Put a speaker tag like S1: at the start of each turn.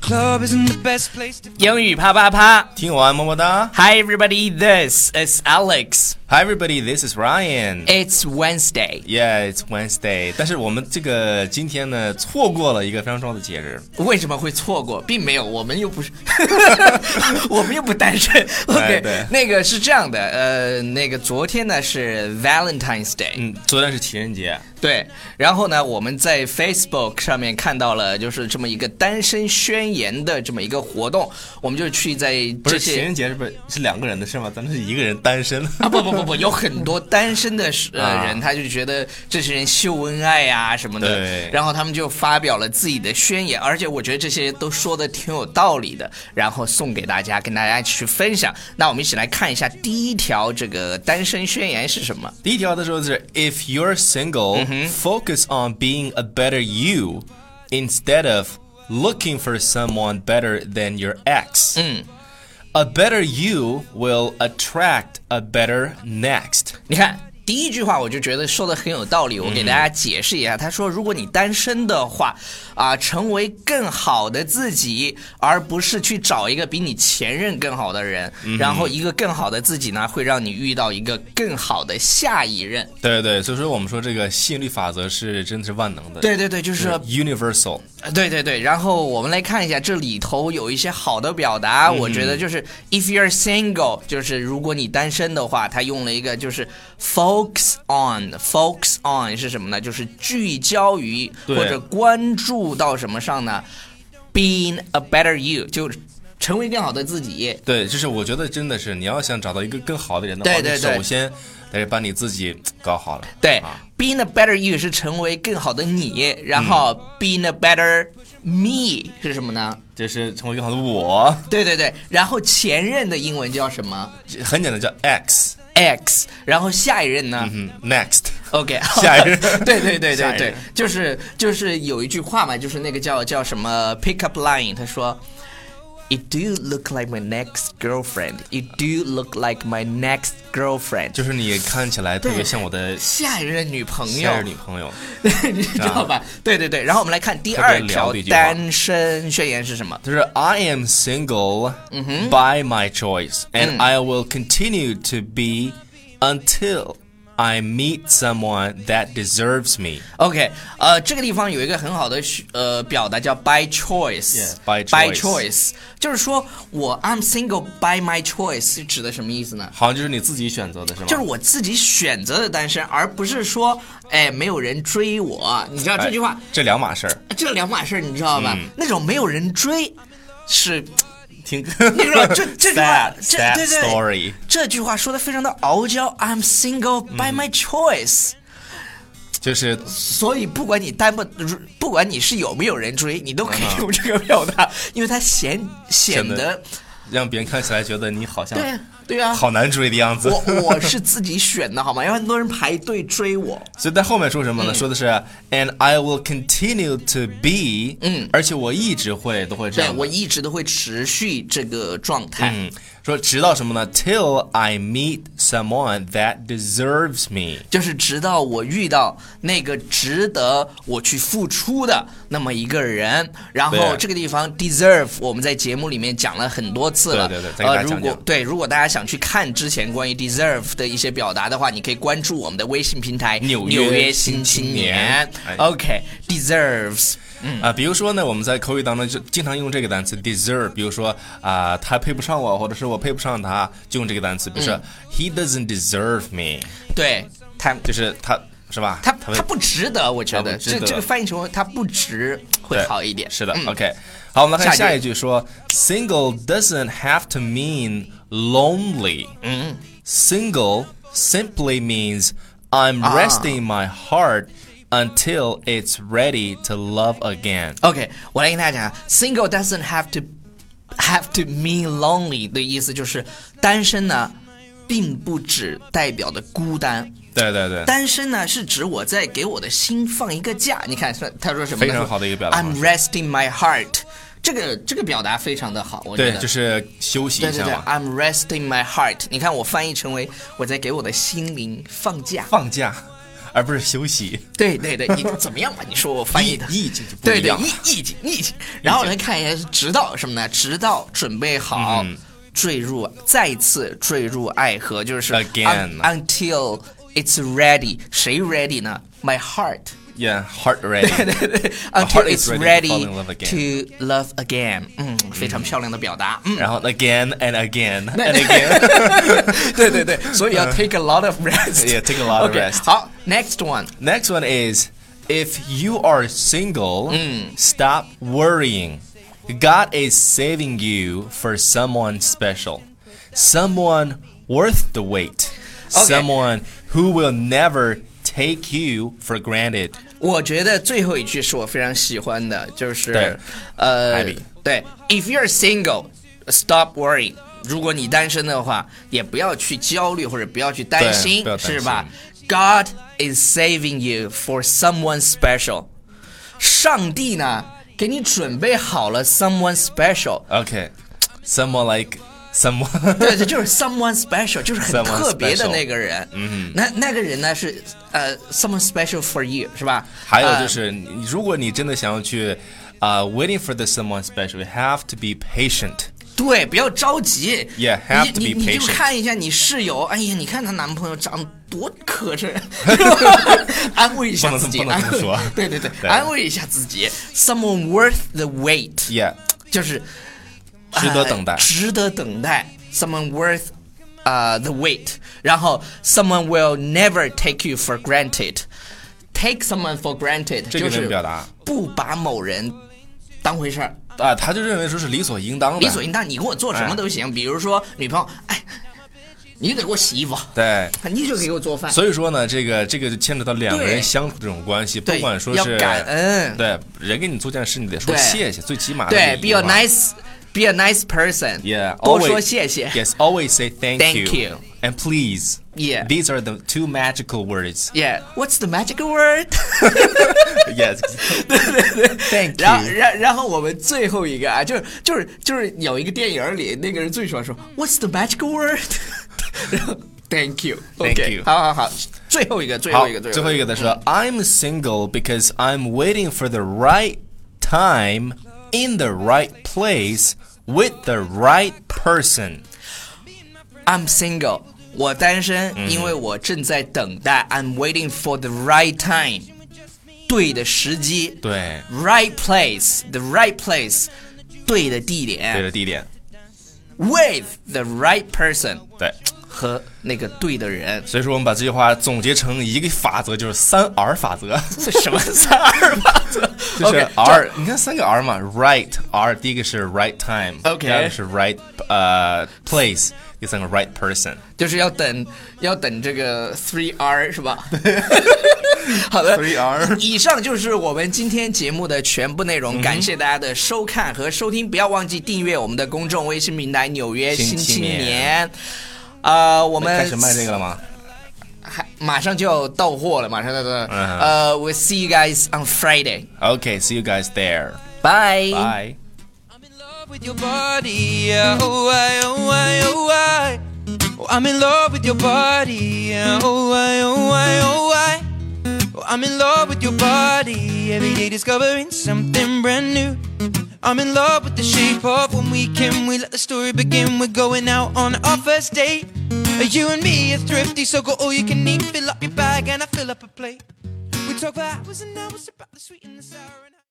S1: club isn't the best place to
S2: 英语啪啪啪
S3: 听完么么哒
S2: ！Hi everybody, this is Alex.
S3: ！Hi everybody, this is Ryan.
S2: It's Wednesday.
S3: Yeah, it's Wednesday. 但是我们这个今天呢，错过了一个非常重要的节日。
S2: 为什么会错过？并没有，我们又 不是，我们又不单身。OK，、
S3: 哎对
S2: 那个是这样的，呃，那个昨天呢是 Valentine's Day，、
S3: 嗯，昨天是情人节。
S2: 对，然后呢，我们在 Facebook 上面看到了就是这么一个单身宣言的这么一个活动，我们就去在
S3: 不
S2: 这
S3: 是情
S2: 些
S3: 人节是不是是两个人的事吗？咱们是一个人单身。
S2: 啊不不不不，有很多单身的是呃
S3: 啊
S2: 人，他就觉得这些人秀恩爱呀、什么的
S3: 对，
S2: 然后他们就发表了自己的宣言，而且我觉得这些都说的挺有道理的，然后送给大家，跟大家去分享。那我们一起来看一下第一条这个单身宣言是什么？
S3: 第一条的时候是，If you're single,、focus on being a better you instead of looking for someone better than your ex. 嗯，A better you will attract a better next.
S2: 你看。第一句话我就觉得说的很有道理，我给大家解释一下。他说，如果你单身的话，啊、成为更好的自己，而不是去找一个比你前任更好的人。然后，一个更好的自己呢，会让你遇到一个更好的下一任。
S3: 对对，所以说我们说这个吸引力法则是真的是万能的，
S2: 对对对，就是
S3: 是 universal。
S2: 对对对，然后我们来看一下这里头有一些好的表达，我觉
S3: 嗯
S2: 得就是 if you're single，就是如果你单身的话，他用了一个就是 focus on，focus on 是什么呢？就是聚焦于
S3: 对
S2: 或者关注到什么上呢？Being a better you，就成为更好的自己。
S3: 对，就是我觉得真的是，你要想找到一个更好的人的话，
S2: 对对
S3: 你
S2: 对
S3: 首先得把你自己搞好了。
S2: 对、
S3: 啊
S2: b e i n g a better you 是成为更好的你，然
S3: 嗯
S2: 后 being a better me 是什么呢？
S3: 这是成为更好的我，
S2: 对对对，然后前任的英文叫什么？
S3: 很简单，叫 X，
S2: X，然后下一任呢、
S3: 嗯，next，
S2: o k
S3: 下一任
S2: 对对对
S3: 下
S2: 对
S3: 一
S2: 对
S3: 任，
S2: 就是就是有一句话嘛，就是那个叫叫什么 pickup line，他说。You do look like my next girlfriend. You do look like my next girlfriend.
S3: 就是你看起来特别像我的
S2: 下一任女朋友
S3: 现，任女朋友。
S2: 嗯
S3: 啊
S2: 你知道吧？对对对。然后我们来看第
S3: 特别
S2: 二
S3: 聊
S2: 条
S3: 的一句话
S2: 单身宣言是什么？
S3: 就是 I am single
S2: 嗯
S3: by my choice, and I will continue to be until I meet someone that deserves me.
S2: OK，呃，这个地方有一个很好的学呃表达叫 by choice，by
S3: Yeah, by
S2: choice.
S3: choice
S2: 就是说我 I'm single by my choice 是指的什么意思呢？
S3: 好像就是你自己选择的是吗？
S2: 就是我自己选择的单身，而不是说哎没有人追我，你知道这句话、
S3: 哎这两码事儿，
S2: 这两码事儿，你知道吧？
S3: 嗯
S2: 那种没有人追是
S3: 听。
S2: 你 知道这这句话
S3: Sad,
S2: 这
S3: sad
S2: 对对
S3: story
S2: 这句话说的非常的傲娇，I'm single
S3: 嗯
S2: by my choice。
S3: 就是
S2: 所以不管你单不，如不管你是有没有人追，你都可以用这个表达，因为它显显
S3: 嗯显
S2: 得
S3: 得让别人看起来觉得你好像
S2: 对啊对啊。
S3: 好难追的样子。
S2: 我我是自己选的好吗？有很多人排队追我，
S3: 所以在后面说什么
S2: 嗯
S3: 呢？说的是 And I will continue to be，嗯，而且我一直会都会这
S2: 对
S3: 样的。
S2: 我一直都会持续这个状态。
S3: 嗯，说直到什么呢？Till I meet someone that deserves me。
S2: 就是直到我遇到那个值得我去付出的那么一个人，然后
S3: 对
S2: 这个地方 deserve 我们在节目里面讲了很多次了。
S3: 对对对再给
S2: 呃，
S3: 大家
S2: 如
S3: 讲
S2: 果
S3: 讲
S2: 对如果大家想去看之前关于 deserve 的一些表达的话，你可以关注我们的微信平台《
S3: 纽约
S2: 纽约
S3: 新
S2: 青
S3: 青年哎
S2: OK，deserves、
S3: 啊，比如说呢，我们在口语当中就经常用这个单词 deserve，比如说啊，他配不上我，或者是我配不上他，就用这个单词。比如说
S2: 嗯
S3: He doesn't deserve me，
S2: 对他
S3: 就是他是吧？
S2: 他
S3: 们
S2: 嗯他不值得，我觉
S3: 他
S2: 得
S3: 不值
S2: 这
S3: 得
S2: 这个翻译成为他不值会
S3: 对
S2: 好一点。
S3: 是的
S2: 嗯
S3: ，OK。好，我们来看
S2: 下
S3: 下
S2: 一
S3: 一句，说 single doesn't have to mean lonely。嗯，single simply means I'm
S2: 啊
S3: resting my heart until it's ready to love again。
S2: OK，我来跟大家讲啊，single doesn't have to have to mean lonely 的意思就是单身呢，并不只代表的孤单。
S3: 对对对，
S2: 单身呢，是指我在给我的心放一个假。你看，他说什么呢？
S3: 非常好的一个表达方
S2: I'm
S3: 式
S2: resting my heart，这个这个表达非常的好，我觉得。
S3: 对，就是啊休息
S2: 对
S3: 一
S2: 对
S3: 下
S2: 对
S3: 嘛。
S2: ，I'm resting my heart。你看，我翻译成为我在给我的心灵放假。
S3: 放假而不是休息。
S2: 对对对，你怎么样吧？你说我翻译的
S3: 意意境就不
S2: 对
S3: 一
S2: 对
S3: 样了
S2: 意意境意境。然后我们看一下是直到什么呢？直到准备好
S3: 嗯
S2: 坠入，再次坠入爱河，就是
S3: Again
S2: un- until it's ready。谁 ready 呢？My heart。
S3: Yeah, heart ready.
S2: 对对对
S3: heart
S2: ，until
S3: is
S2: it's ready
S3: ready to fall in love again.
S2: to love again。嗯，非常漂亮的表达。 嗯，
S3: 然后 again and again and again.
S2: 对对对，所以要 take a lot of rest。
S3: Yeah, take 嗯 a lot of
S2: OK，
S3: rest.
S2: 好，next one。
S3: Next one is if you are single, stop worrying. God is saving you for someone special, someone worth the wait,
S2: Okay.
S3: someone who will never take you for granted.
S2: 我觉得最后一句是我非常喜欢的，就是
S3: 对
S2: 呃
S3: Abby，
S2: 对，If you're single, stop worrying。如果你单身的话，也不要去焦虑或者不要去担
S3: 对
S2: 心
S3: 不要，担心
S2: 是吧？God is saving you for someone special。上帝呢，给你准备好了 someone special。
S3: Okay, someone like someone.
S2: 对，这就是 someone special，就是很
S3: Someone
S2: 特别的
S3: special
S2: 那个人。嗯，那那个人呢是呃 someone special for you，是吧？
S3: 还有
S2: 呃
S3: 就是，你如果你真的想要去啊、w a i t i n g for the someone special, you have to be patient.
S2: 对，不要着急。
S3: Yeah, have
S2: 你
S3: to be
S2: 你你就
S3: patient.
S2: 看一下你室友，哎呀，你看她男朋友长多磕 碜，是吧安慰一下自己，
S3: 不能这么不能这么说
S2: 安慰 对对对，
S3: 对
S2: 安慰一下自己，someone worth the wait，
S3: Yeah，
S2: 就是
S3: 值得等待
S2: 呃值得等待，someone worth 呃 the wait，然后 someone will never take you for granted。Take someone for granted，
S3: 这
S2: 就
S3: 个怎
S2: 是
S3: 么表达
S2: 不把某人当回事儿，
S3: 啊，他就认为说是理所应当的，
S2: 理所应当，你给我做什么都行。比如说女朋友，哎，你得给我洗衣服，
S3: 对。
S2: 你就得给我做饭。
S3: 所以说呢，这个这个就牵扯到两个
S2: 对
S3: 人相处这种关系，不
S2: 对
S3: 管说
S2: 要
S3: 是
S2: 感恩
S3: 对人给你做件事，你得说
S2: 对
S3: 谢谢，最起码的
S2: 对
S3: 礼
S2: ，be
S3: 仪
S2: a
S3: 嘛
S2: nice, be a nice person。
S3: 哎啊 Yeah，
S2: 多
S3: always-
S2: 说谢谢。
S3: Yes, always say thank
S2: Thank
S3: you,
S2: you.
S3: and please.
S2: Yeah.
S3: these are the two magical words.
S2: Yeah, what's the magic word？
S3: yes,
S2: 对，然后然然后我们最后一个啊，就是就是就是有一个电影里那个人最喜欢说 What's the magic word？然后 Thank you,
S3: Thank
S2: OK
S3: you
S2: 好好好，最后一个，最
S3: 好
S2: 后一个，，
S3: 最后一个再说，I'm single because I'm waiting for the right time in the right place with the right person。
S2: I'm single，我单身，因为我正在等待。I'm waiting for the right time，对的时机。
S3: 对
S2: ，right place，the right place，对的地点。
S3: 对的地点，
S2: With the right person
S3: 对。
S2: 和那个对的人。
S3: 所以说，我们把这句话总结成一个法则，就是三 R 法则，
S2: 这什么三二八则？
S3: 就是
S2: OK，这
S3: R。你看三个 R 嘛，right R，第一个是 right time，OK，
S2: OK
S3: 第二个是 right 呃 place，第三个 right person。
S2: 就是要 等要等这个 three R 是吧？好的
S3: Three R 嗯
S2: 以上就是我们今天节目的全部内容，感谢大家的收看和收听，不要忘记订阅我们的公众微信平台《纽约
S3: 新
S2: 新
S3: 青
S2: 青
S3: 年
S2: 年》。呃，我们
S3: 开始卖这个了吗？
S2: 还马上就要到货了，马上到到。
S3: 嗯
S2: 呃，We see you guys on Friday.
S3: Okay，see you guys there.
S2: Bye.
S3: Bye.
S1: I'm in love with your body. yeah, Oh, I, oh, I, oh, I. Oh, I'm in love with your body. yeah, Oh, I, oh, I, oh, I. Oh, I'm in love with your body. Every day discovering something brand new. I'm in love with the shape of when we can. We let the story begin. We're going out on our first date. You and me are thrifty, so go all you can eat. Fill up your bag and I fill up a plate. We talk for hours and hours about the sweet and the sour and how.